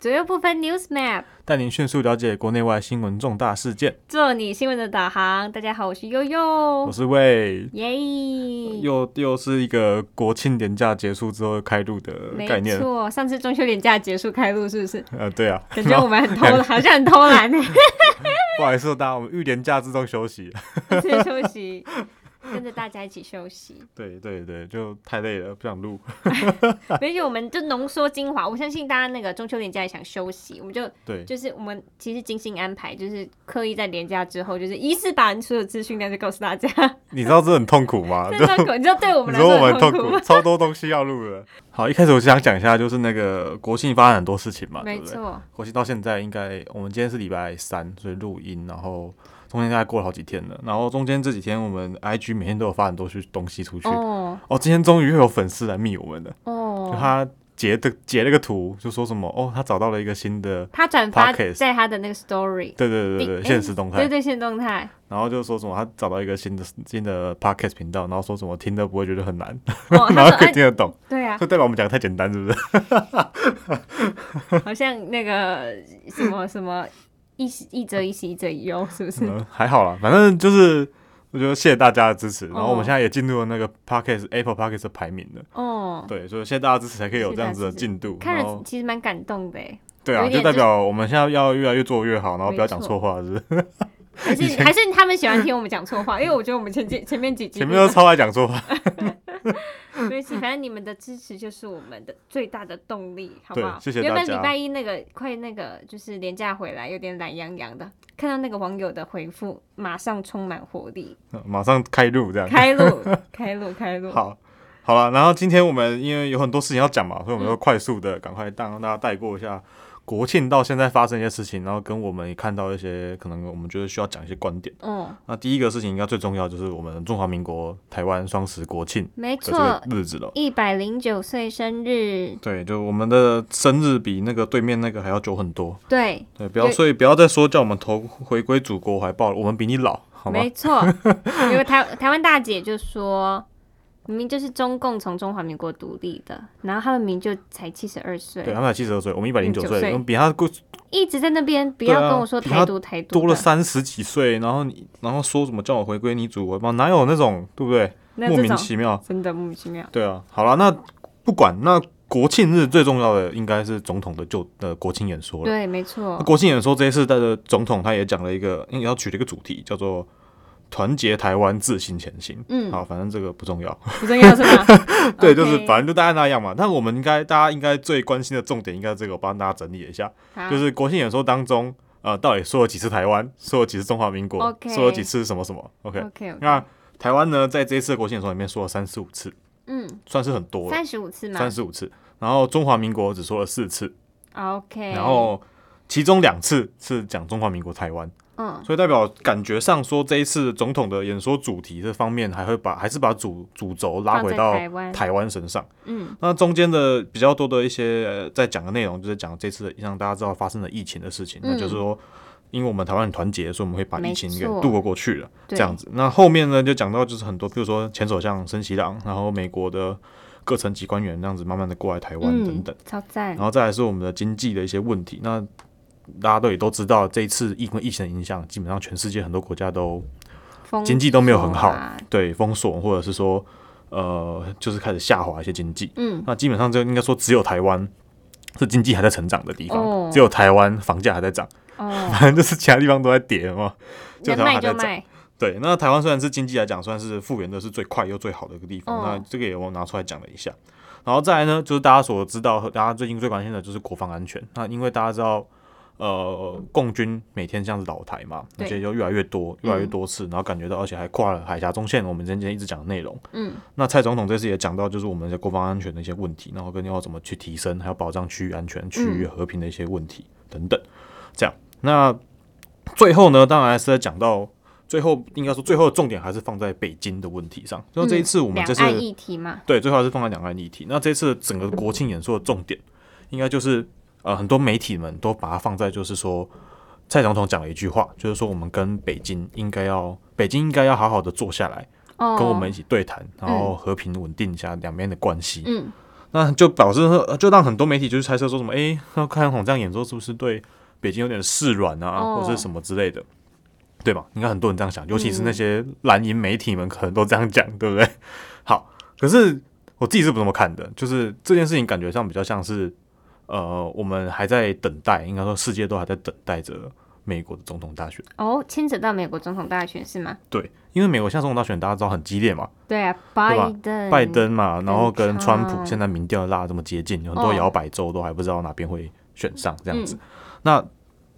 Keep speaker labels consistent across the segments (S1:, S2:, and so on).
S1: 左右部分 News Map，
S2: 带您迅速了解国内外新闻重大事件。
S1: 做你新闻的导航。大家好，我是悠悠
S2: 我，是魏，
S1: 耶，嗯
S2: 又又是一个国庆年假结束之后开录的概
S1: 没
S2: 念。
S1: 错，上次中秋连假结束开录是不 是？
S2: 呃，对啊，
S1: 感觉我们很偷懒，好像很偷懒呢，
S2: 不好意思，大家，我们预年假自动休息。
S1: 一直休息，跟着大家一起休 息。
S2: 对对对，就太累了，不 想录。
S1: 而且我们就浓缩精华，我相信大家那个中秋连假也想休息，我们就
S2: 对，
S1: 就是我们其实精心安排，就是刻意在连假之后，就是一次把所有资讯量就告诉大家。
S2: 你知道这很痛苦吗？
S1: 真的
S2: 啊就
S1: 痛苦，你知道对我们
S2: 你
S1: 来
S2: 说
S1: 说
S2: 我们
S1: 很
S2: 痛
S1: 苦
S2: 苦，
S1: 吗？
S2: 超多东西要录的。好，一开始我想讲一下，就是那个国庆发生很多事情嘛，对
S1: 没
S2: 不对？
S1: 错，
S2: 国庆到现在应该，我们今天是礼拜三，所以录音，然后中间大概过了好几天了。然后中间这几天，我们 IG 每天都有发很多去东西出去。哦
S1: 哦
S2: 今天终于又有粉丝来密我们了，就
S1: 哦，
S2: 他截的截了个图，就说什么哦，他找到了一个新的，
S1: 他转发
S2: Podcast
S1: 在他的那个 story，
S2: 对对对对对，
S1: 诶
S2: 现实动
S1: 对
S2: 态，
S1: 对，现动态，
S2: 然后就说什么他找到一个新的新的 podcast 频道，然后说什么听的不会觉得很难，
S1: 哦， 他
S2: 然后
S1: 说
S2: 可以
S1: 哎，
S2: 听得懂，
S1: 对啊
S2: 就，代表我们讲的太简单，是不是？
S1: 好像那个什么什么一喜一则一喜一则一 忧，是不是？
S2: 嗯，还好啦，反正就是我觉得谢谢大家的支持，然后我
S1: 哦
S2: 们现在也进入了那个 podcast Apple podcast 的排名了，
S1: 哦，
S2: 对，所以谢谢大家支持才可以有这样子的
S1: 谢谢
S2: 进度，
S1: 看
S2: 然
S1: 了
S2: 后
S1: 其实蛮感动的欸诶，
S2: 对
S1: 有
S2: 啊，
S1: 一点
S2: 就代表我们现在要越来越做越好，然后
S1: 没
S2: 不要讲
S1: 错
S2: 错话，是 不是？
S1: 还
S2: 以
S1: 是
S2: 前
S1: 还是他们喜欢听我们讲错话，因为我觉得我们前 几前面几集
S2: 前面 都超爱讲错话，
S1: 没事，反正你们的支持就是我们的最大的动力，好不
S2: 对
S1: 好？
S2: 谢谢
S1: 原本
S2: 大家
S1: 礼拜一那个快那个就是廉假回来，有点懒洋洋的，看到那个网友的回复，马上充满活 力，
S2: 马上开录这样。
S1: 开路，开路，开路。
S2: 好，好了，然后今天我们因为有很多事情要讲嘛，所以我
S1: 嗯
S2: 们就快速的赶快让大家带过一下国庆到现在发生一些事情，然后跟我们也看到一些可能我们觉得需要讲一些观点。
S1: 嗯，
S2: 那第一个事情应该最重要就是我们中华民国台湾双十国庆
S1: 没
S2: 的这个
S1: 错，
S2: 日子了。
S1: 一百零九岁生日，
S2: 对，就我们的生日比那个对面那个还要久很多。
S1: 对，
S2: 对，不要，
S1: 对
S2: 所以不要再说叫我们投回归祖国怀抱了，我们比你老，好吗
S1: 没？ 错。有个台台湾大姐就说，明明就是中共从中华民国独立的，然后他们明明就才七十二岁，
S2: 对，他们才七十二岁，我们一百零九
S1: 109岁嗯
S2: 岁，我们比他过
S1: 一直在那边不
S2: 对
S1: 要
S2: 啊
S1: 跟我说
S2: 比
S1: 台
S2: 他
S1: 独台独
S2: 多了
S1: 的，
S2: 三十几岁，然后你然后说什么叫我回归你祖国怀抱，哪有那种对不对？
S1: 那
S2: 莫
S1: 这
S2: 名
S1: 种
S2: 其妙。
S1: 真的莫名其妙。
S2: 对啊，好了，那不管那国庆日最重要的应该是总统的就呃国庆演说了。
S1: 对，没
S2: 那
S1: 错，
S2: 国庆演说这一次的总统他也讲了一个，应该要取了一个主题叫做“团结台湾，自行前行”。
S1: 嗯
S2: 好，反正这个不重要。？
S1: 不重要是吧
S2: 对，就是
S1: OK，
S2: 反正就大概那样嘛。但我们应该大家应该最关心的重点应该是这个，我帮大家整理一下，
S1: 好
S2: 就是国庆演说当中，呃，到底说了几次台湾，说了几次中华民国
S1: OK
S2: 说了几次什么什么。OK，
S1: OK，
S2: 那台湾呢，在这一次的国庆演说里面说了三十五次，
S1: 嗯，
S2: 算是很多了，
S1: 三十五次嘛
S2: 三十五次。然后中华民国只说了四次，
S1: ，OK，
S2: 然后其中两次是讲中华民国台湾。
S1: 嗯，
S2: 所以代表感觉上说，这一次总统的演说主题这方面，还会把还是把主主轴拉
S1: 放
S2: 回
S1: 在
S2: 到
S1: 台湾，
S2: 台湾身上。
S1: 嗯，
S2: 那中间的比较多的一些呃在讲的内容，就是讲这次的让大家知道发生的疫情的事情，
S1: 嗯
S2: 那就是说。因为我们台湾很团结，所以我们会把疫情
S1: 没
S2: 给
S1: 错
S2: 度过过去了，这
S1: 对
S2: 样子。那后面呢，就讲到就是很多，比如说前首相森喜朗，然后美国的各层级官员这样子慢慢的过来台湾等
S1: 嗯
S2: 等。，
S1: 超赞
S2: 然，后再来是我们的经济的一些问题。那大家都也都知道，这一次因为疫情的影响，基本上全世界很多国家都
S1: 封
S2: 经济都没有很
S1: 锁
S2: 好
S1: 啊
S2: 对封锁，或者是说呃，就是开始下滑一些经济。
S1: 嗯，
S2: 那基本上就应该说，只有台湾是经济还在成长的地方，
S1: 哦
S2: 只有台湾房价还在涨，
S1: 哦，
S2: 反正就是其他地方都在跌嘛。就
S1: 能
S2: 台湾
S1: 卖
S2: 还在
S1: 就
S2: 涨。
S1: 卖，
S2: 对，那台湾虽然是经济来讲算是复原的是最快又最好的一个地方，
S1: 嗯
S2: 那这个也我拿出来讲了一下。然后再来呢，就是大家所知道和大家最近最关心的就是国防安全。那因为大家知道，呃，共军每天这样子倒台嘛，而
S1: 对
S2: 且就越来越多，越来越
S1: 嗯
S2: 多次，然后感觉到，而且还跨了海峡中线。我们之前一直讲的内容，
S1: 嗯，
S2: 那蔡总统这次也讲到，就是我们的国防安全的一些问题，然后跟要怎么去提升，还有保障区域安全、区域
S1: 嗯
S2: 和平的一些问题、等等。这样，那最后呢，当然还是在讲到最后，应该说最后的重点还是放在北京的问题上。就这一次我们
S1: 嗯两
S2: 这次、
S1: 岸议题嘛，
S2: 对，最后还是放在两岸议题。那这次整个国庆演说的重点，应该就是呃，很多媒体们都把它放在就是说，蔡总统讲了一句话，就是说我们跟北京应该要，北京应该要好好的坐下来。
S1: 哦，
S2: 跟我们一起对谈，然后和平稳定一下两边的关系。
S1: 嗯，
S2: 那就表示说呃就让很多媒体就是猜测说什么，诶，看孔这样演奏是不是对北京有点示软啊，
S1: 哦
S2: 或是什么之类的，对吧？应该很多人这样想，尤其是那
S1: 嗯
S2: 些蓝营媒体们可能都这样讲，对不 对？好，可是我自己是不这么看的，就是这件事情感觉上比较像是，呃，我们还在等待，应该说世界都还在等待着美国的总统大选。
S1: 哦，牵扯到美国总统大选是吗？
S2: 对，因为美国现在总统大选大家知道很激烈嘛，
S1: 对啊，
S2: 吧
S1: 拜登，
S2: 拜登嘛，然后跟
S1: 跟
S2: 川
S1: 川
S2: 普现在民调拉得这么接近，有很多
S1: 哦嗯
S2: 摇摆州都还不知道哪边会选上这样子。那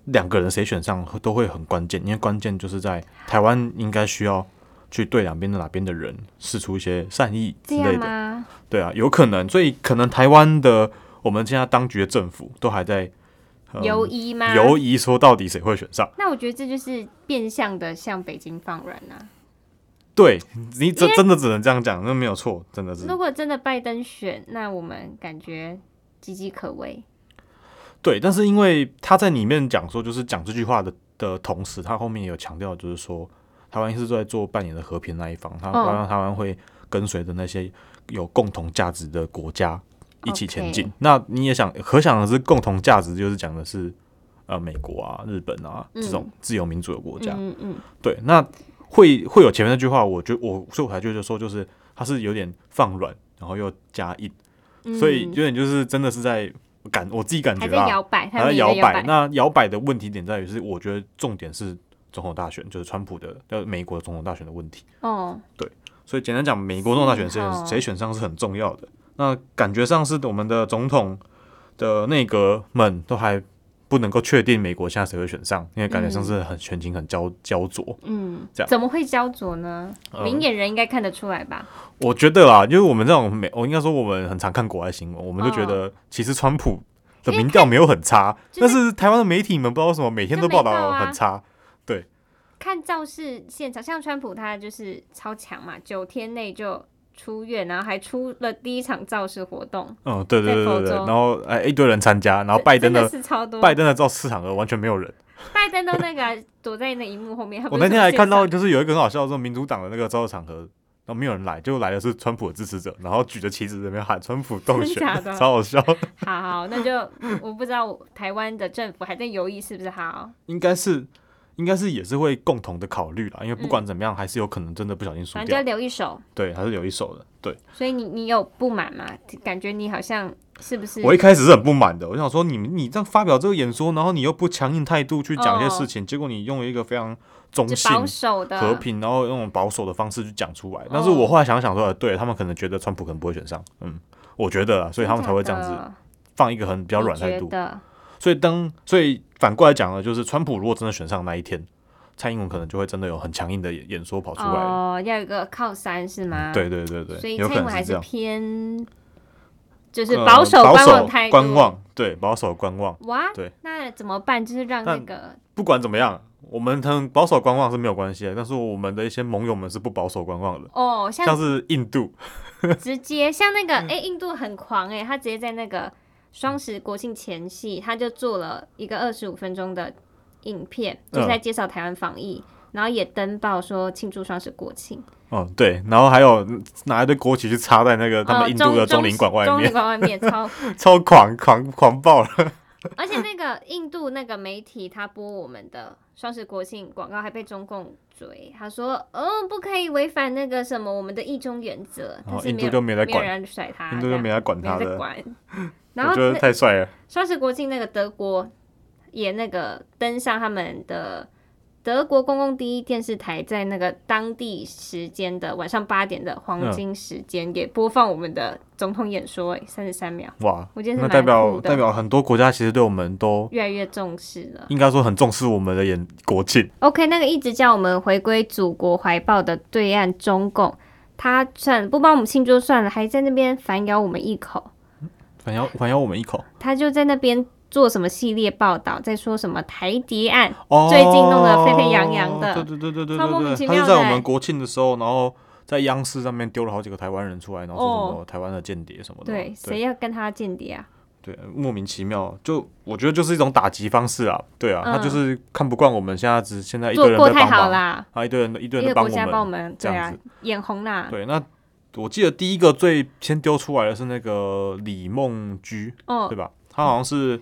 S2: 两个人谁选上都会很关键，因为关键就是在台湾应该需要去对两边的哪边的人试出一些善意
S1: 这
S2: 之类
S1: 样
S2: 的。
S1: 吗？
S2: 对啊，有可能，所以可能台湾的我们现在当局的政府都还在、嗯
S1: 犹疑吗？
S2: 犹疑说到底谁会选上。
S1: 那我觉得这就是变相的向北京放软啊。
S2: 对你真
S1: 因为
S2: 真的只能这样讲，那没有错，真的是
S1: 如果真的拜登选，那我们感觉岌岌可危。
S2: 对，但是因为他在里面讲说，就是讲这句话的的同时，他后面也有强调，就是说台湾是在做扮演的和平那一方，他
S1: 嗯
S2: 让台湾会跟随着那些有共同价值的国家一起前进。
S1: OK
S2: 那你也想，可想而知，共同价值就是讲的是呃美国啊、日本啊这种自由民主的国家。
S1: 嗯嗯，
S2: 对，那会会有前面那句话，我觉我所以我才觉得说，就是它是有点放软，然后又加硬，
S1: 嗯
S2: 所以有点就是真的是在感我自己感觉
S1: 还在
S2: 啊，
S1: 摇摆，他
S2: 还在
S1: 们也
S2: 摇
S1: 在
S2: 摆。
S1: 摆。
S2: 那摇摆的问题点在于是，我觉得重点是总统大选，就是川普的呃美国总统大选的问题。
S1: 哦，
S2: 所以简单讲，美国总统大选
S1: 是
S2: 谁
S1: 哦
S2: 选谁选上是很重要的。那感觉上是我们的总统的内阁们都还不能够确定美国现在谁会选上，因为感觉上是很选情很焦焦灼。
S1: 嗯
S2: 这样，
S1: 怎么会焦灼呢？
S2: 嗯
S1: 明眼人应该看得出来吧？
S2: 我觉得啦，因为我们这种美，我应该说我们很常看国外新闻，我们就觉
S1: 哦
S2: 得其实川普的民调没有很差，
S1: 因为
S2: 但
S1: 看
S2: 是台湾的媒体们不知道为什么每天都报
S1: 就没报
S2: 道
S1: 啊
S2: 很差。
S1: 看造势现场，像川普他就是超强嘛，九天内就出院，然后还出了第一场造势活动，
S2: 嗯，对
S1: 在
S2: 对对对
S1: 佛
S2: 对，
S1: 州
S2: 然后哎一堆人参加，然后拜
S1: 真
S2: 登
S1: 的
S2: 的
S1: 是超多，
S2: 拜登的造市场额完全没有人。
S1: 拜登都那个躲在那荧幕后面。他不
S2: 我
S1: 是
S2: 那天
S1: 说
S2: 还看到
S1: 线
S2: 就是有一个很好笑的，说民主党的那个造市场合，然后没有人来，就来的是川普的支持者，然后举着旗子在那边喊 川普当选
S1: 真假，的
S2: 超好笑。
S1: 上好好，那就 我不知道台湾的政府还在犹豫是不是好。
S2: 应该是应该是也是会共同的考虑啦，因为不管怎么样，还是有可能真的不小心输
S1: 嗯反正
S2: 掉
S1: 就，留一手。
S2: 对，还是有一手的。对
S1: 所以你你有不满吗？感觉你好像是不是？
S2: 我一开始是很不满的，我想说你们你这样发表这个演说，然后你又不强硬态度去讲一些
S1: 哦
S2: 事情，结果你用一个非常中
S1: 就
S2: 性
S1: 保守的
S2: 和平，然后用保守的方式去讲出
S1: 哦
S2: 来。但是我后来想想说，呃对他们可能觉得川普可能不会选上，嗯，我觉得啦，所以他们才会这样子
S1: 子
S2: 放一个很比
S1: 比
S2: 较软态度。
S1: 的，
S2: 所以当所以反过来讲呢，就是川普如果真的选上那一天，蔡英文可能就会真的有很强硬的演说跑出来了。
S1: 哦，要有一个靠山是吗？
S2: 对对对对，
S1: 所以
S2: 有
S1: 蔡
S2: 可
S1: 英
S2: 能
S1: 文还
S2: 这
S1: 是
S2: 样。
S1: 偏就是
S2: 呃
S1: 保守
S2: 保
S1: 观
S2: 守
S1: 望态度。
S2: 观望，对保守观望。
S1: 哇，
S2: 对，
S1: 那怎么办？就是让
S2: 那
S1: 那个
S2: 不管怎么样，我们很保守观望是没有关系的，但是我们的一些盟友们是不保守观望的，
S1: 哦，
S2: 像
S1: 像
S2: 是印度，
S1: 直接像那个
S2: 嗯
S1: 哎、印度很狂哎、他直接在那个双十国庆前夕，他就做了一个二十五分钟的影片，
S2: 嗯
S1: 就是在介绍台湾防疫，然后也登报说庆祝双十国庆。
S2: 哦对，然后还有拿一堆国旗去插在那个他
S1: 呃
S2: 们印度的
S1: 中
S2: 中领馆外
S1: 中
S2: 面
S1: 领，馆外面超，
S2: 超狂狂狂爆了。
S1: 而且那个印度那个媒体他播我们的双十国庆广告，还被中共追，他说，嗯，不可以违反那个什么我们的一中原则，
S2: 然
S1: 但
S2: 后
S1: 是
S2: 哦印
S1: 没
S2: 度
S1: 有
S2: 就没来
S1: 没有
S2: 管，
S1: 人甩他，
S2: 印度就没来管
S1: 这
S2: 他
S1: 样没人在
S2: 的，
S1: 管。然
S2: 我
S1: 后
S2: 觉得
S1: 那
S2: 太帅了。
S1: 双十国庆那个德国也那个登上他们的。德国公共第一电视台在那个当地时间的晚上八点的黄金时间也播放我们的总统演说、欸，三十三秒。
S2: 哇，
S1: 我觉得是
S2: 那
S1: 蛮
S2: 代表
S1: 酷的
S2: 代表很多国家其实对我们都
S1: 越来越重视了。
S2: 应该说很重视我们的演国庆。
S1: OK，那个一直叫我们回归祖国怀抱的对岸中共，他算不帮我们庆祝算了，还在那边反咬我们一口。
S2: 反咬反咬我们一口
S1: 他就在那边做什么系列报道，在说什么台谍案，
S2: 哦，
S1: 最近弄得沸沸扬扬的
S2: 对对对对对
S1: 超莫名
S2: 对
S1: 其
S2: 对，他是
S1: 妙
S2: 在
S1: 的
S2: 我
S1: 欸
S2: 们国庆的时候，然后在央视上面丢了好几个台湾人出来，然后说什么台湾的间谍什么的嘛，
S1: 哦对，谁要跟他间谍啊？
S2: 对，莫名其妙，就我觉得就是一种打击方式啊，对啊，他
S1: 嗯
S2: 就是看不惯我们现在只现在一
S1: 做
S2: 堆人
S1: 过
S2: 在
S1: 太
S2: 帮
S1: 好
S2: 忙，
S1: 啦，
S2: 啊，一堆人一堆
S1: 一
S2: 人在
S1: 个
S2: 帮
S1: 国
S2: 我
S1: 家
S2: 们
S1: 帮我，们，
S2: 这
S1: 对
S2: 样
S1: 啊
S2: 子，
S1: 眼红啦。
S2: 对，那我记得第一个最先丢出来的是那个李梦居，
S1: 哦
S2: 对，吧？他好像是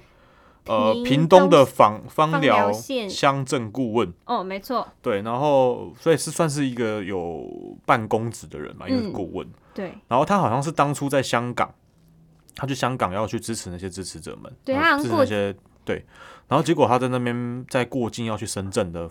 S2: 呃
S1: 屏
S2: 屏东的访
S1: 芳
S2: 芳
S1: 疗
S2: 疗
S1: 县
S2: 乡镇顾问，
S1: 哦，没错，
S2: 对，然后所以是算是一个有办公职的人嘛，因为是
S1: 嗯
S2: 顾问。
S1: 对，
S2: 然后他好像是当初在香港，他去香港要去支持那些支持者们，
S1: 对
S2: 然
S1: 他
S2: 后
S1: 好像
S2: 支持
S1: 过
S2: 那些对，然后结果他在那边在过境要去深圳的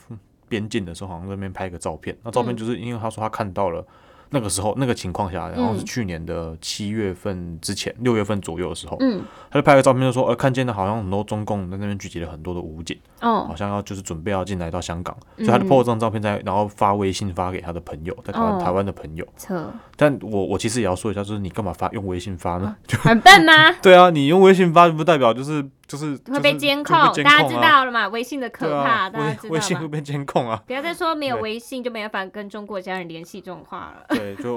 S2: 边境的时候，好像在那边拍个照片，那照片
S1: 嗯
S2: 就是因为他说他看到了。那个时候，那个情况下，然后是
S1: 嗯
S2: 去年的七月份之前，六、月份左右的时候，
S1: 嗯，
S2: 他就拍个照片，就说，呃，看见了好像很多中共在那边聚集了很多的武警，好
S1: 哦，
S2: 像要就是准备要进来到香港，
S1: 嗯
S2: 所以他就 po 了这张照片在，然后发微信发给他的朋友，在台湾、
S1: 哦
S2: 台湾的朋友，
S1: 扯，
S2: 但我我其实也要说一下，就是你干嘛发用微信发呢？就
S1: 很笨吗？
S2: 对啊，你用微信发不代表就是就是
S1: 会被
S2: 就是
S1: 监控，
S2: 会被
S1: 大家
S2: 控
S1: 知
S2: 啊
S1: 道了嘛？微信的
S2: 对
S1: 可怕，
S2: 啊，
S1: 大家知
S2: 微微信
S1: 道
S2: 会
S1: 嘛？
S2: 被监 控啊，
S1: 不要再说没有
S2: 对
S1: 微信就没办法跟中国家人联系这种话了。
S2: 对，就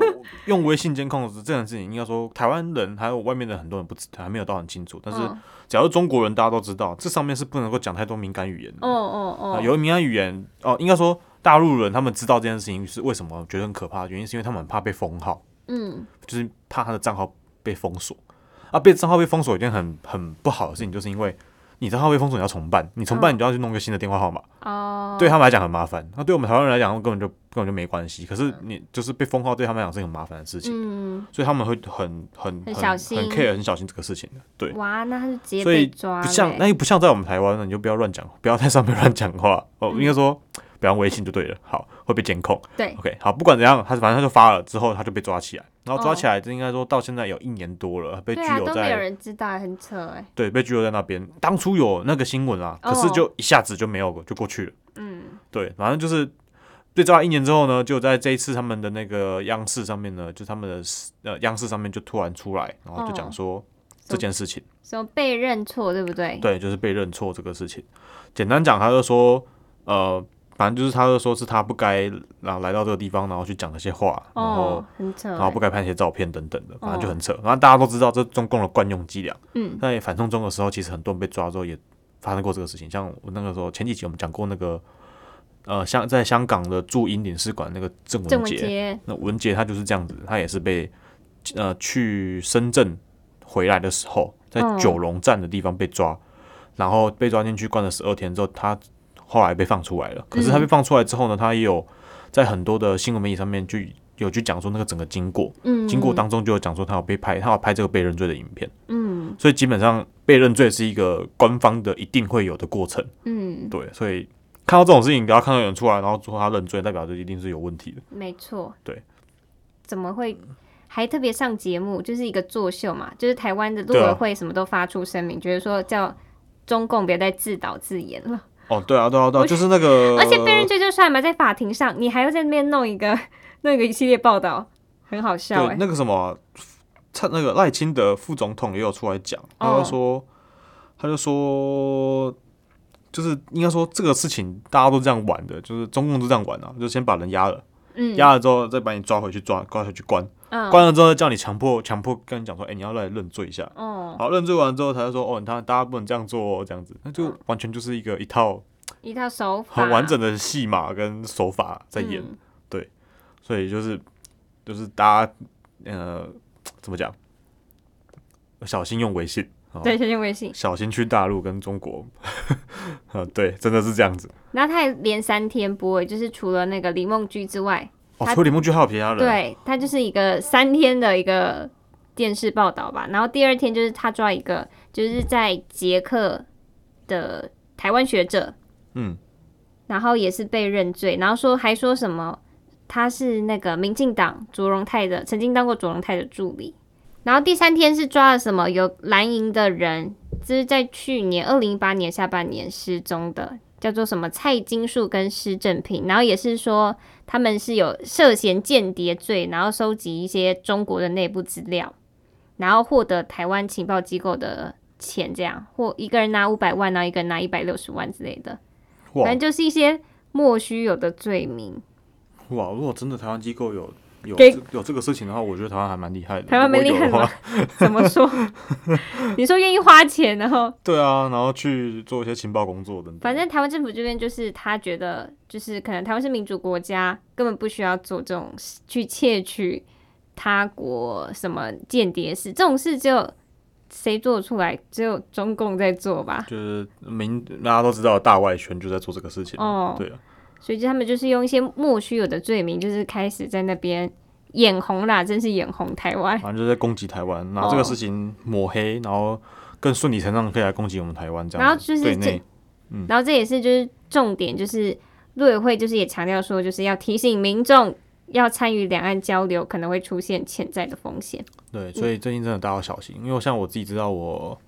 S2: 用微信监控这件事情，应该说台湾人还有外面的很多人不知还没有到很清楚，但是
S1: 嗯
S2: 假如中国人大家都知道，这上面是不能够讲太多敏感语言的
S1: 哦，哦
S2: 啊
S1: 哦，
S2: 有敏感语言哦，应该说大陆人他们知道这件事情是为什么觉得很可怕，原因是因为他们很怕被封号。
S1: 嗯，
S2: 就是怕他的账号被封锁啊，被账号被封锁一件很很不好的事情，就是因为你账号被封锁，你要重办，你重办
S1: 嗯
S2: 你就要去弄个新的电话号码，
S1: 哦，
S2: 对他们来讲很麻烦，那对我们台湾人来讲根本就根本就没关系，可是你就是被封号对他们来讲是很麻烦的事情，
S1: 嗯，
S2: 所以他们会很很
S1: 很小心
S2: 很 care 很小心这个事情的，对，
S1: 哇，那他就直接
S2: 所
S1: 被
S2: 以
S1: 抓了
S2: 不
S1: 欸，
S2: 像那又不像在我们台湾呢，你就不要乱讲，不要在上面乱讲话
S1: 嗯
S2: 哦，应该说。不要微信就对了，好会被监控。
S1: 对，
S2: OK，好，不管怎样，他反正他就发了之后，他就被抓起来，然后抓
S1: 哦
S2: 起来，这应该说到现在有一年多了，被拘
S1: 对啊，
S2: 留
S1: 都
S2: 在
S1: 没有人知道，很扯哎，
S2: 对被拘留在那边。当初有那个新闻啊，可
S1: 哦
S2: 是就一下子就没有了，就过去了。
S1: 嗯，
S2: 对，反正就是被抓一年之后呢，就在这一次他们的那个央视上面呢，就他们的呃央视上面就突然出来，然后就讲
S1: 哦
S2: 说这件事情，
S1: 什么被认错，对不对？
S2: 对，就是被认错这个事情。简单讲，他就说呃。反正就是，他就说是他不该，然后来到这个地方，然后去讲那些话，然后
S1: 哦，很扯
S2: 然后
S1: 欸，
S2: 不该拍那些照片等等的，反正
S1: 哦
S2: 就很扯。然后大家都知道这是中共的惯用伎俩。
S1: 嗯，
S2: 在反送中的时候，其实很多人被抓之后也发生过这个事情。像我那个时候前几集我们讲过那个，呃，香在香港的驻英领事馆那个郑
S1: 郑
S2: 文
S1: 文
S2: 杰，
S1: 杰，
S2: 那文杰他就是这样子，他也是被呃去深圳回来的时候，在
S1: 嗯
S2: 九龙站的地方被抓，然后被抓进去关了十二天之后，他后来被放出来
S1: 嗯
S2: 了。可是他被放出来之后呢，他也有在很多的新闻媒体上面去有去讲说那个整个经过，
S1: 嗯，
S2: 经过当中就有讲说他有被拍，他有拍这个被认罪的影片，
S1: 嗯
S2: 所以基本上被认罪是一个官方的一定会有的过程，
S1: 嗯，
S2: 对，所以看到这种事情，不要看到有人出来然后说他认罪，代表这一定是有问题的，
S1: 没错，
S2: 对，
S1: 怎么会还特别上节目，就是一个作秀嘛，就是台湾的陆
S2: 对啊
S1: 委会什么都发出声明，觉得说叫中共别再自导自演了，
S2: 哦，对啊，对啊，对啊，就是那个，
S1: 而且被认罪就算了嘛，在法庭上你还要在那边弄一个那个一系列报道，很好笑
S2: 对
S1: 哎、
S2: 那个什么，他那个赖清德副总统也有出来讲，他
S1: 哦
S2: 就说，他就说。就是应该说这个事情大家都这样玩的，就是中共都这样玩啊，就先把人压了，
S1: 嗯
S2: 压了之后再把你抓回去抓，抓回去关，
S1: 嗯
S2: 关了之后叫你强迫强迫跟你讲说，哎、你要来认罪一下。
S1: 哦，
S2: 好，认罪完之后，他就说，哦，他大家不能这样做哦，这样子，那就完全就是一个一套
S1: 一套手嗯法
S2: 很完整的戏码跟手法在演，
S1: 嗯
S2: 所以就是就是大家呃怎么讲，小心用微信，哦
S1: 对，先用微信，
S2: 小心去大陆跟中国， 呃，对，真的是这样子。
S1: 然后他还连三天播欸，就是除了那个李梦居之外，
S2: 哦，
S1: 他
S2: 除了李梦君还有其他人，
S1: 对，它就是一个三天的一个电视报道吧。然后第二天就是他抓一个，就是在捷克的台湾学者，
S2: 嗯，
S1: 然后也是被认罪，然后说还说什么他是那个民进党卓荣泰的，曾经当过卓荣泰的助理。然后第三天是抓了什么有蓝营的人，这是在去年二零一八年下半年失踪的，叫做什么蔡金树跟施正平，然后也是说他们是有涉嫌间谍罪，然后收集一些中国的内部资料，然后获得台湾情报机构的钱，这样或一个人拿五百万，然后一个人拿一百六十万之类的。
S2: 哇
S1: 反正就是一些莫须有的罪名。
S2: 哇，如果真的台湾机构有有
S1: 给
S2: 这有这个事情的话，我觉得台湾还蛮厉害的。
S1: 台湾
S2: 如
S1: 没
S2: 果有
S1: 厉害
S2: 的话
S1: 吗？怎么说？ 你说愿意花钱，然后
S2: 对啊，然后去做一些情报工作等等。
S1: 反正台湾政府这边就是他觉得，就是可能台湾是民主国家，根本不需要做这种事去窃取他国什么间谍事这种事，只有谁做出来？只有中共在做吧。
S2: 就是明大家都知道，大外宣就在做这个事情。
S1: 哦
S2: 对啊，
S1: 所以就他们就是用一些莫须有的罪名，就是开始在那边眼红啦，真是眼红台湾。
S2: 反正就是在攻击台湾，拿
S1: 哦
S2: 这个事情抹黑，然后更顺理成章地可以来攻击我们台湾这样
S1: 然
S2: 子。
S1: 后就是
S2: 对
S1: 这
S2: 内
S1: 然后这也是就是重点，就是陆委会就是也强调说，就是要提醒民众要参与两岸交流，可能会出现潜在的风险。
S2: 对，所以最近真的大家要小心，因为像我自己知道我。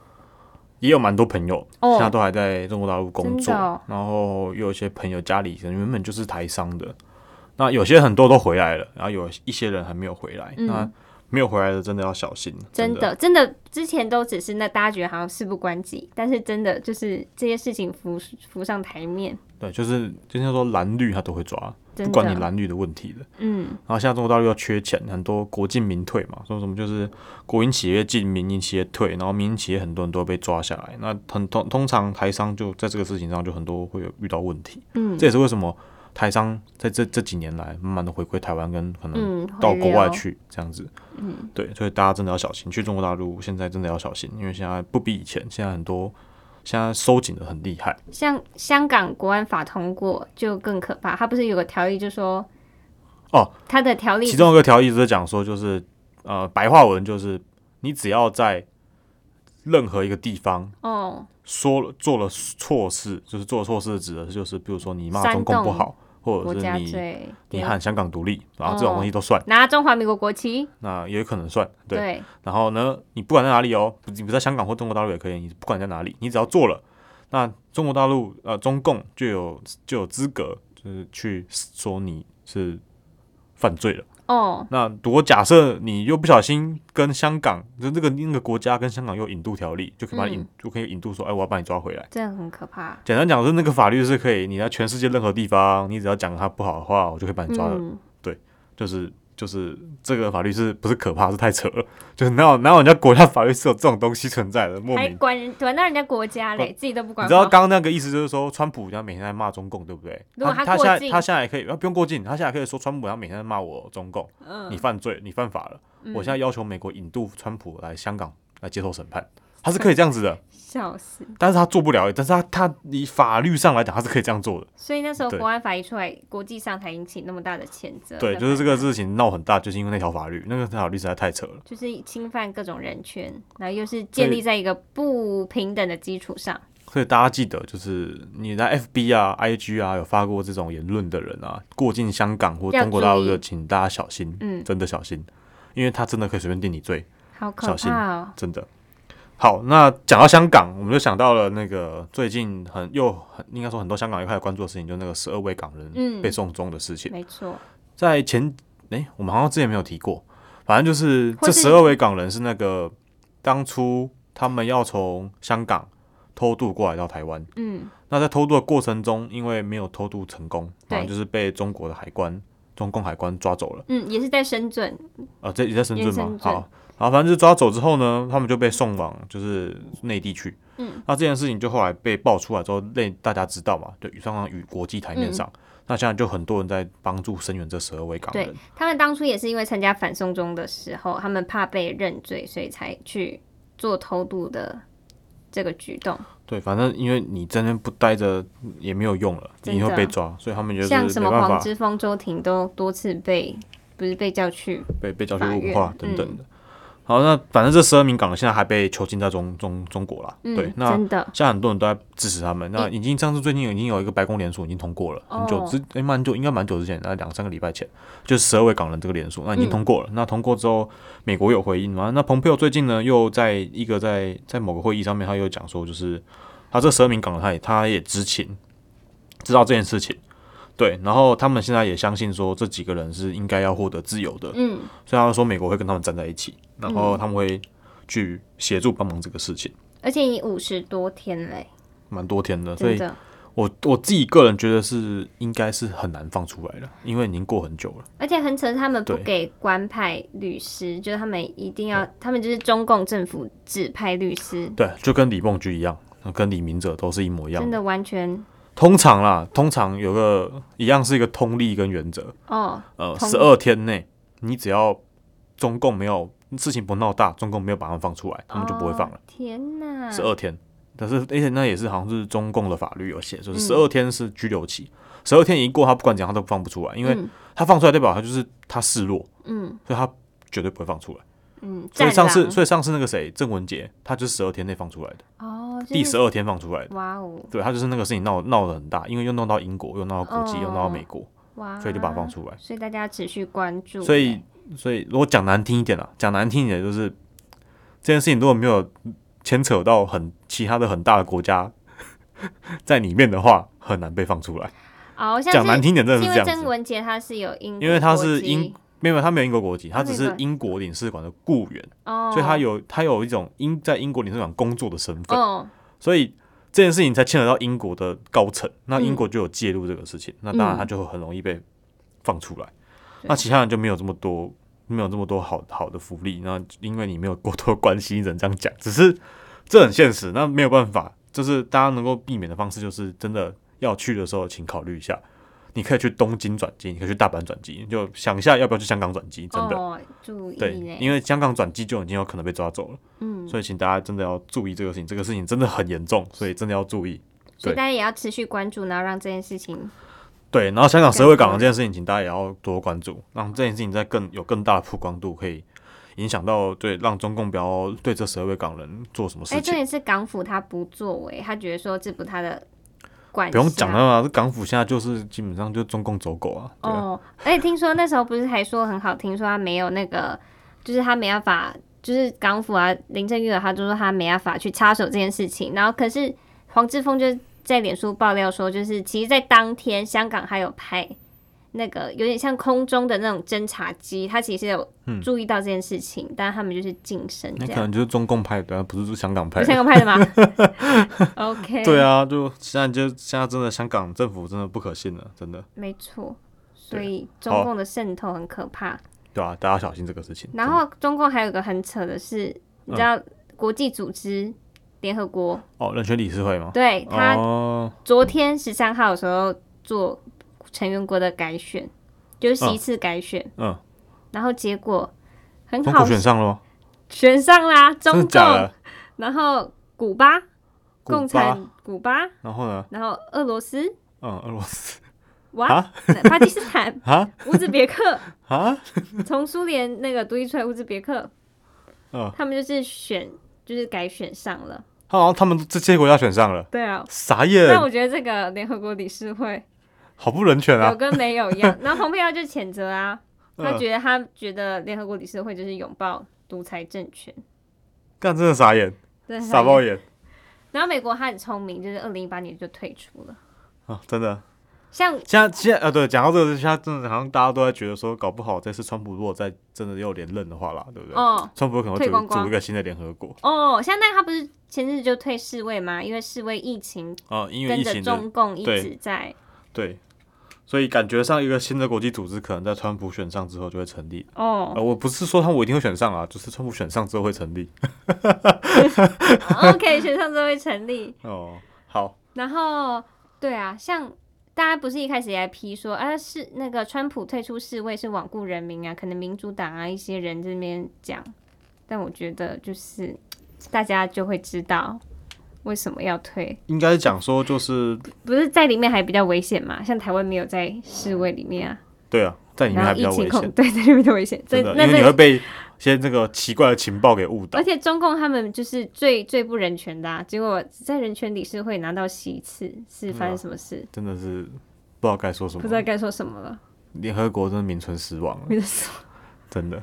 S2: 也有蛮多朋友，
S1: 哦
S2: 现在都还在中国大陆工
S1: 真
S2: 作，
S1: 的哦
S2: 然后有一些朋友家里原本就是台商的，那有些很多都回来了，然后有一些人还没有回来，
S1: 嗯
S2: 那没有回来的真的要小心，
S1: 真
S2: 的
S1: 的，真的，之前都只是那大家觉得好像事不关己，但是真的就是这些事情浮浮上台面，
S2: 对，就是就像说蓝绿他都会抓，
S1: 真
S2: 不
S1: 的。
S2: 管你蓝绿的问题的。
S1: 嗯，
S2: 然后现在中国大陆又缺钱，很多国进民退嘛，说什么就是国营企业进，民营企业退，然后民营企业很多人都被抓下来，那很通通常台商就在这个事情上就很多会有遇到问题，
S1: 嗯
S2: 这也是为什么台商在这这几年来慢慢的回归台湾，跟可能
S1: 嗯，
S2: 到
S1: 回
S2: 国外
S1: 流，
S2: 去这样子，嗯，对，所以大家真的要小心，去中国大陆现在真的要小心，因为现在不比以前，现在很多现在收紧的很厉害，
S1: 像香港国安法通过就更可怕，它不是有个条例就说，
S2: 哦，
S1: 它的条例
S2: 其中一个条例就是讲说，就是呃，白话文就是你只要在任何一个地方
S1: 哦，
S2: 说了做了错事，就是做错事指的是就是，比如说你骂
S1: 煽
S2: 中共不
S1: 动
S2: 好，或
S1: 国
S2: 者是
S1: 家
S2: 你
S1: 罪，嗯
S2: 你喊香港独立，然后这种东西都算，
S1: 拿中华民国国旗，
S2: 那也有可能算对。
S1: 对，
S2: 然后呢，你不管在哪里哦，你不在香港或中国大陆也可以，你不管在哪里，你只要做了，那中国大陆呃中共就有就有资格就是去说你是犯罪了。
S1: 哦，
S2: 那如果假设你又不小心跟香港，就那个那个国家跟香港有引渡条例，就可以把你引，
S1: 嗯
S2: 就可以引渡说，哎，我要把你抓回来。
S1: 这很可怕。
S2: 简单讲是那个法律是可以，你在全世界任何地方，你只要讲他不好的话，我就可以把你抓了。
S1: 嗯，
S2: 就是就是这个法律是不是可怕？是太扯了，就是哪有哪有人家国家法律是有这种东西存在的，莫
S1: 还
S2: 名。哦
S1: 管人管到人家国家嘞，自己都不
S2: 你
S1: 管哦
S2: 知道
S1: 好。
S2: 刚刚那个意思就是说，川普人家每天在骂中共，对不对？
S1: 如果
S2: 他
S1: 他
S2: 他
S1: 过
S2: 现在
S1: 境
S2: 他现在也可以，他不用过境，他现在可以说川普他每天在骂我中共，
S1: 嗯
S2: 你犯罪，你犯法了。我现在要求美国引渡川普来香港来接受审判，他是可以这样子 的，
S1: 笑死！
S2: 但是他做不了，但是他他以法律上来讲，他是可以这样做的。
S1: 所以那时候
S2: 对
S1: 国安法一出来，国际上才引起那么大的谴责。
S2: 对，就是这个事情闹很大，就是因为那条法律，那个法律实在太扯了。
S1: 就是侵犯各种人权，然后又是建立在一个不平等的基础上。
S2: 所以大家记得，就是你在 FB 啊、IG 啊有发过这种言论的人啊，过境香港或
S1: 要
S2: 中国大陆
S1: 注意
S2: 的，请大家小心，
S1: 嗯
S2: 真的小心，因为他真的可以随便定你罪。
S1: 好可
S2: 小心
S1: 怕哦！
S2: 真的。好，那讲到香港，我们就想到了那个最近很又很应该说很多香港又开始关注的事情，就是那个十二位港人
S1: 嗯
S2: 被送终的事情。
S1: 没错，
S2: 在前诶，我们好像之前没有提过，反正就是
S1: 或
S2: 这
S1: 是
S2: 十二位港人是那个当初他们要从香港偷渡过来到台湾，
S1: 嗯，
S2: 那在偷渡的过程中，因为没有偷渡成功，
S1: 对
S2: 然后就是被中国的海关、中共海关抓走了。
S1: 嗯，也是在深圳，
S2: 啊，这也在深圳
S1: 也在
S2: 吗？
S1: 深圳
S2: 好，好，反正就抓走之后呢，他们就被送往就是内地去。
S1: 嗯，
S2: 那这件事情就后来被爆出来之后，内大家知道嘛，就与上与国际台面
S1: 嗯
S2: 上，那现在就很多人在帮助声援这十二位港人
S1: 对。他们当初也是因为参加反送中的时候，他们怕被认罪，所以才去做偷渡的这个举动。
S2: 对，反正因为你在那边不待着也没有用了，
S1: 真
S2: 你会
S1: 的
S2: 被抓，所以他们就是
S1: 像什
S2: 没
S1: 么
S2: 办
S1: 黄
S2: 法
S1: 之锋、周婷都多次被不是被叫去，
S2: 被被叫去
S1: 法
S2: 污
S1: 院嗯
S2: 化等等的。好，那反正这十二名港人现在还被囚禁在中中中国啦。
S1: 嗯
S2: 对，，那
S1: 真的
S2: 现在很多人都在支持他们。那已经上次最近已经有一个白宫联署已经通过了，
S1: 哦
S2: 很久之诶蛮、久，应该蛮久之前，大概两三个礼拜前，就十二位港人这个联署，那已
S1: 嗯
S2: 经通过了。那通过之后，美国有回应嘛？那蓬佩奥最近呢，又在一个在在某个会议上面，他又讲说，就是他这十二名港人，他也他也知情，知道这件事情。对，然后他们现在也相信说这几个人是应该要获得自由的，
S1: 嗯，
S2: 所以他说美国会跟他们站在一起，然后他们会去协助帮忙这个事情，
S1: 而且你五十多天嘞，
S2: 蛮多天的，所
S1: 真
S2: 以
S1: 的。
S2: 我我自己个人觉得是应该是很难放出来了，因为已经过很久了。
S1: 而且很扯，他们不
S2: 对
S1: 给官派律师，就是他们一定要，他们就是中共政府指派律师，
S2: 对，就跟李梦菊一样，跟李明哲都是一模一样
S1: 真
S2: 的。
S1: 的完全
S2: 通常啦，通常有个一样是一个通例跟原则，
S1: 哦，
S2: 呃，
S1: 通
S2: 十二天内你只要中共没有事情不闹大，中共没有把他们放出来，他们就不会放了
S1: 哦。天哪！
S2: 十二天。但是，而且那也是好像是中共的法律有写，就
S1: 嗯
S2: 是十二天是拘留期，十二、天一过，他不管怎样他都放不出来，因为
S1: 嗯
S2: 他放出来代表他就是他示弱，
S1: 嗯
S2: 所以他绝对不会放出来。
S1: 嗯，
S2: 所以
S1: 战
S2: 上
S1: 狼
S2: 次，所以上次那个谁郑文杰，他就是十二天内放出来的，
S1: 哦，就是
S2: 第十二天放出来的。
S1: 哇哦
S2: 对他就是那个事情闹闹得很大，因为又弄到英国，又闹到国际，
S1: 哦啊
S2: 又闹到美国，
S1: 哇，
S2: 所以就把它放出来。
S1: 所以大家持续关注，
S2: 所以，所以如果讲难听一点啊，讲难听一点就是这件事情如果没有牵扯到很其他的很大的国家在里面的话，很难被放出来。
S1: 哦，像
S2: 讲
S1: 是
S2: 难听点，真
S1: 是
S2: 的是
S1: 因
S2: 这
S1: 为
S2: 样
S1: 曾
S2: 子。
S1: 文杰他是有英国国籍，哦
S2: 因为他是英，没有他没有英国国籍，他
S1: 没
S2: 只
S1: 有
S2: 是
S1: 关
S2: 英国领事馆的雇员，
S1: 哦，
S2: 所以他有他有一种英在英国领事馆工作的身份。
S1: 哦，
S2: 所以这件事情才牵扯到英国的高层，那
S1: 嗯
S2: 英国就有介入这个事情，那当然他就会很容易被放出来，那其他人就没有这么多。没有这么多好好的福利，那因为你没有过多关心，只能这样讲。只是 这很现实，那没有办法，就是大家能够避免的方式，就是真的要去的时候，请考虑一下。你可以去东京转机，你可以去大阪转机，你就想一下要不要去香港转机。真的，
S1: 哦，注意
S2: 对，
S1: 呢，
S2: 因为香港转机就已经有可能被抓走了。
S1: 嗯，
S2: 所以请大家真的要注意这个事情，这个事情真的很严重，所以真的要注意。
S1: 所以
S2: 对
S1: 大家也要持续关注，然后让这件事情
S2: 对，然后香港社会港的这件事情，请大家也要多关注，让这件事情在更有更大的曝光度，可以影响到对让中共不要对这十二位港人做什么
S1: 哎，
S2: 事
S1: 重
S2: 情。
S1: 点是港府他不作为，他觉得说这不他的管辖，
S2: 不用讲了嘛，这港府现在就是基本上就是中共走狗啊，对啊，
S1: 哦，而且听说那时候不是还说很好听，说他没有那个，就是他没办法，就是港府啊，林郑月娥他就说他没办法去插手这件事情，然后可是黄志峰就在脸书爆料说，就是其实，在当天香港还有派那个有点像空中的那种侦察机，他其实有
S2: 嗯
S1: 注意到这件事情，但他们就是晋升
S2: 那
S1: 这
S2: 可
S1: 样，
S2: 能就是中共派的啊，不是香港派
S1: 是
S2: 的。
S1: 香港派 的吗？OK，
S2: 对，啊，就现在就现在真的香港政府真的不可信了，真的，
S1: 没错，所
S2: 对啊
S1: 以中
S2: 好
S1: 共的渗透很可怕。
S2: 对啊，大家小心这个事情。
S1: 然后中共还有一个很扯的是，你知道
S2: 嗯
S1: 国际组织联合国，
S2: 哦，人权理事会吗？
S1: 对他
S2: 哦，
S1: 昨天十三号的时候做成员国的改选，就是席次改选，
S2: 嗯，
S1: 然后结果很
S2: 中
S1: 好
S2: 国选上了吗？
S1: 选上啦，
S2: 真
S1: 中
S2: 的假
S1: 共
S2: 的，？
S1: 然后古巴、
S2: 古巴
S1: 共产古巴，
S2: 然后呢？
S1: 然后俄罗斯、
S2: 嗯，俄罗斯
S1: 哇
S2: 啊、、
S1: 巴基斯坦
S2: 啊
S1: 乌兹别克，
S2: 啊，
S1: 从苏联那个独立出来乌兹别克，
S2: 嗯，
S1: 他们就是选就是改选上了，
S2: 他好像他们这些国家选上了，
S1: 对啊，
S2: 傻
S1: 但
S2: 眼，
S1: 我觉得这个联合国理事会
S2: 好不人权
S1: 有
S2: 啊！
S1: 跟没有一 样。然后蓬佩奥就谴责啊，他
S2: 嗯
S1: 觉得他觉得联合国理事会就是拥抱独裁政权，
S2: 干真的傻眼，
S1: 真的是
S2: 傻爆眼
S1: 然后美国他很聪明，就是二零一八年就退出了。
S2: 啊！真的，
S1: 像
S2: 现在现在呃，对，讲到这个，现在真的好像大家都在觉得说，搞不好这次川普如果再真的又连任的话啦，对不对？
S1: 哦
S2: 川普有可能会
S1: 退
S2: 组
S1: 光光
S2: 组一个新的联合国
S1: 哦，像那个他不是前阵子就退世卫吗？因为世卫疫情
S2: 啊，因为
S1: 跟
S2: 疫
S1: 着
S2: 情的
S1: 中共一
S2: 对
S1: 直在
S2: 对，所以感觉上一个新的国际组织可能在川普选上之后就会成立。
S1: 哦
S2: 呃，我不是说他我一定会选上啊，就是川普选上之后会成立。
S1: 哦，OK 选上之后会成立。
S2: 哦，好，
S1: 然后，对啊，像大家不是一开始也在批说，啊，是那个川普退出世卫是罔顾人民啊，可能民主党啊一些人这边讲，但我觉得就是大家就会知道为什么要退，
S2: 应该讲说就是
S1: 不是在里面还比较危险嘛？像台湾没有在世卫里面啊，
S2: 对啊，在里面
S1: 然后
S2: 还比
S1: 疫
S2: 较
S1: 情
S2: 危
S1: 控
S2: 险，
S1: 对在里面比较危险，
S2: 真
S1: 这
S2: 的，
S1: 那
S2: 因为你
S1: 这
S2: 会被一些那个奇怪的情报给误导
S1: 而。且中共他们就是最最不人权的、啊，结果在人权理事会拿到席次，是
S2: 嗯
S1: 发
S2: 啊
S1: 生什么事？
S2: 真的是不知道该说什
S1: 不知道
S2: 么，
S1: 该说什么了。
S2: 联合国真的名存实亡了，
S1: 你的手
S2: 真的。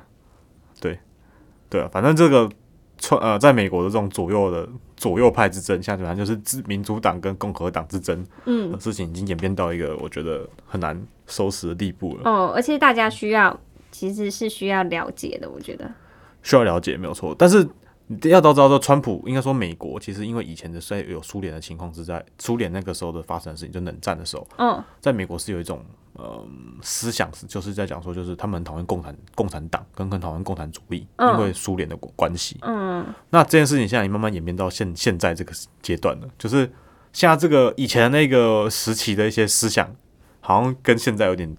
S2: 对，对啊，反正这个川呃，在美国的这种左右的左右派之争，现在反正就是自民主党跟共和党之争
S1: 嗯
S2: 的，事情，已经演变到一个我觉得很难收拾的地步了，
S1: 哦，而且大家需要其实是需要了解的，我觉得。
S2: 需要了解没有错，但是。你要都知道说，川普应该说美国其实因为以前的虽然有苏联的情况是在苏联那个时候的发生的事情，就冷战的时候，
S1: 嗯
S2: 在美国是有一种呃思想是，就是在讲说，就是他们很讨厌共产共产党，跟很讨厌共产主义，
S1: 嗯
S2: 因为苏联的关关系。
S1: 嗯
S2: 那这件事情现在已经慢慢演变到现现在这个阶段了，就是现在这个以前那个时期的一些思想，好像跟现在有点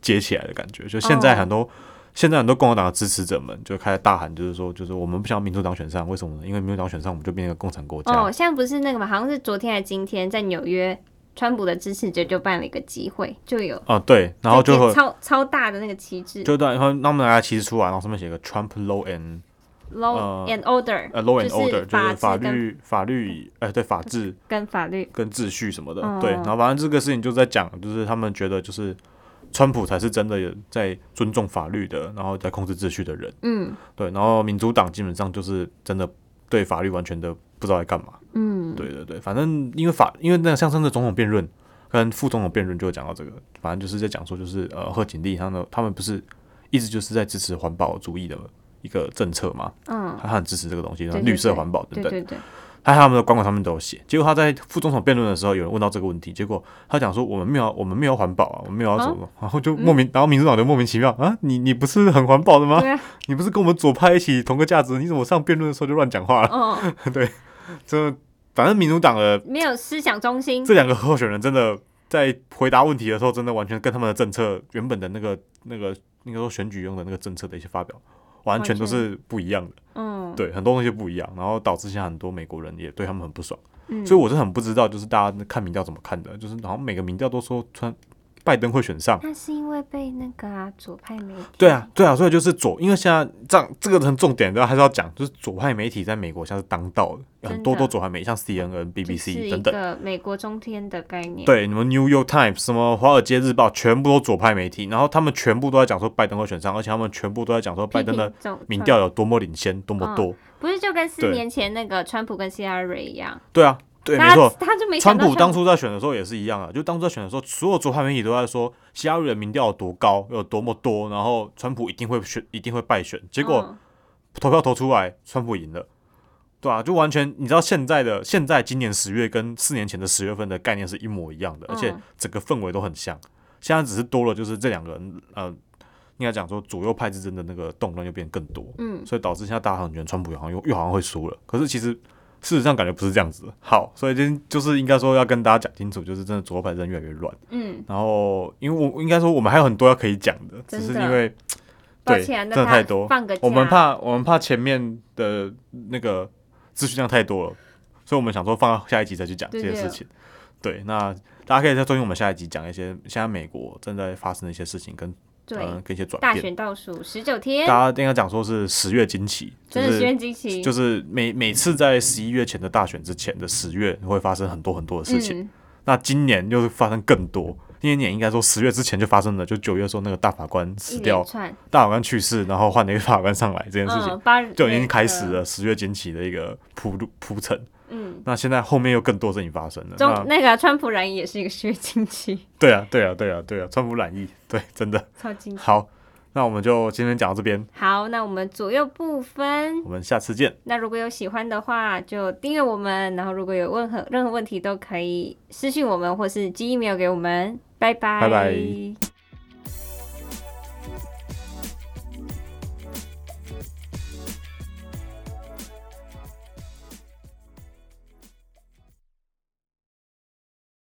S2: 接起来的感觉。就现在
S1: 哦
S2: 很多现在很多共和党的支持者们就开始大喊，就是说，就是我们不想民主党选上，为什么呢？因为民主党选上，我们就变成一个共产国家。
S1: 哦，现在不是那个嘛，好像是昨天还是今天，在纽约，川普的支持者就办了一个集会，就有
S2: 啊，对，然后就会
S1: 超超大的那个旗帜
S2: 就对，然后他们拿旗帜出来，然后上面写个 Trump Law and
S1: ，law and order，
S2: 呃 Law
S1: 就
S2: and
S1: 是
S2: Order，就是法
S1: 法治跟
S2: 律、法律，哎，对，法治
S1: 跟法律
S2: 跟秩序什么的，
S1: 哦
S2: 对。然后反正这个事情就在讲，就是他们觉得就是川普才是真的有在尊重法律的，然后在控制秩序的人，
S1: 嗯
S2: 对。然后民主党基本上就是真的对法律完全的不知道在干嘛，
S1: 嗯，
S2: 对对对。反正因为法，因为那个像上次总统辩论跟副总统辩论就有讲到这个，反正就是在讲说就是呃贺锦丽他们他们不是一直就是在支持环保主义的一个政策嘛，
S1: 嗯，
S2: 他很支持这个东西，然后
S1: 对对
S2: 绿色
S1: 对
S2: 环保等
S1: 对
S2: 等。
S1: 对对，
S2: 还有他们的官网上面都有写。结果他在副总统辩论的时候，有人问到这个问题，结果他讲说我们没有我们没有环保啊，我们嗯没有要什么，然后就莫名，然后民主党就莫名其妙啊，你你不是很环保的吗？
S1: 对啊，
S2: 你不是跟我们左派一起同个价值？你怎么上辩论的时候就乱讲话了？
S1: 哦，
S2: 这反正民主党的
S1: 没有思想中 心，
S2: 这两个候选人真的在回答问题的时候，真的完全跟他们的政策原本的那个那个应该说选举用的那个政策的一些发表，完全都是不一样的。
S1: 嗯，
S2: 对，很多东西不一样，然后导致现在很多美国人也对他们很不爽。
S1: 嗯，
S2: 所以我是很不知道，就是大家看民调怎么看的，就是好像每个民调都说川拜登会选上。
S1: 那是因为被那个啊左派媒体，
S2: 对啊，，对啊，所以就是左，因为现在这样这个很重点，然后还是要讲，就是左派媒体在美国现在是当道的，
S1: 真的
S2: 很多都左派媒体，像 CNN、
S1: 是
S2: BBC
S1: 一
S2: 等等，
S1: 个美国中天的概念，
S2: 对，啊你们 New York Times、什么华尔街日报，全部都左派媒体，然后他们全部都在讲说拜登会选上，而且他们全部都在讲说
S1: 批
S2: 拜登的
S1: 评总
S2: 民调有多么领先，多么
S1: 嗯
S2: 多，
S1: 不是就跟四
S2: 对
S1: 年前那个川普跟希拉蕊一样，
S2: 对啊，对，没
S1: 大
S2: 错
S1: 家，他就没
S2: 川
S1: 想到
S2: 普当初在选的时候也是一样啊，就当初在选的时候，所有左派媒体都在说希拉里的民调有多高，有多么多，然后川普一定会选，一定会败选。结果
S1: 嗯
S2: 投票投出来，川普赢了，对啊，就完全你知道现在的现在今年十月跟四年前的十月份的概念是一模一样的，
S1: 嗯
S2: 而且整个氛围都很像。现在只是多了，就是这两个人，呃，应该讲说左右派之争的那个动乱就变更多，
S1: 嗯，
S2: 所以导致现在大家很觉得川普好像又又好像会输了，可是其实事实上感觉不是这样子的。好，所以今天就是应该说要跟大家讲清楚，就是真的左右派真的越来越乱。
S1: 嗯，
S2: 然后因为我应该说我们还有很多要可以讲的，
S1: 真
S2: 只
S1: 的
S2: 是因为
S1: 抱
S2: 对
S1: 歉啊，
S2: 真
S1: 那
S2: 的
S1: 大
S2: 太
S1: 家
S2: 多
S1: 放个假，
S2: 我们怕我们怕前面的那个资讯量太多了，所以我们想说放到下一集再去讲这
S1: 对
S2: 些
S1: 对啊
S2: 事情。对，那大家可以再收听我们下一集讲一些现在美国正在发生的一些事情跟呃
S1: 对
S2: 跟一些转
S1: 大
S2: 变。
S1: 选倒数十九天，
S2: 大家应该讲说是十月惊奇，就
S1: 真的
S2: 是
S1: 十月惊奇，
S2: 就是每每次在十一月前的大选之前的十月会发生很多很多的事情。
S1: 嗯，
S2: 那今年又发生更多，今年应该说十月之前就发生了，就九月说那个大法官
S1: 一
S2: 死掉
S1: 连，串
S2: 大法官去世，然后换了一个大法官上来这件事情，
S1: 嗯，八呃
S2: 就已经开始，了十月惊奇的一个铺路铺陈。
S1: 嗯。
S2: 那现在后面又更多事情发生了，
S1: 中
S2: 那
S1: 那个川普染也是一个十月惊奇，
S2: 对啊对啊对啊对啊，川普染疫，对，真的
S1: 超惊奇。
S2: 好。那我们就今天讲到这边，
S1: 好，那我们左右不分。
S2: 我们下次见，
S1: 那如果有喜欢的话，就订阅我们。然后如果有任何任何问题，都可以私信我们，或是寄 email 给我们。拜拜。
S2: 拜拜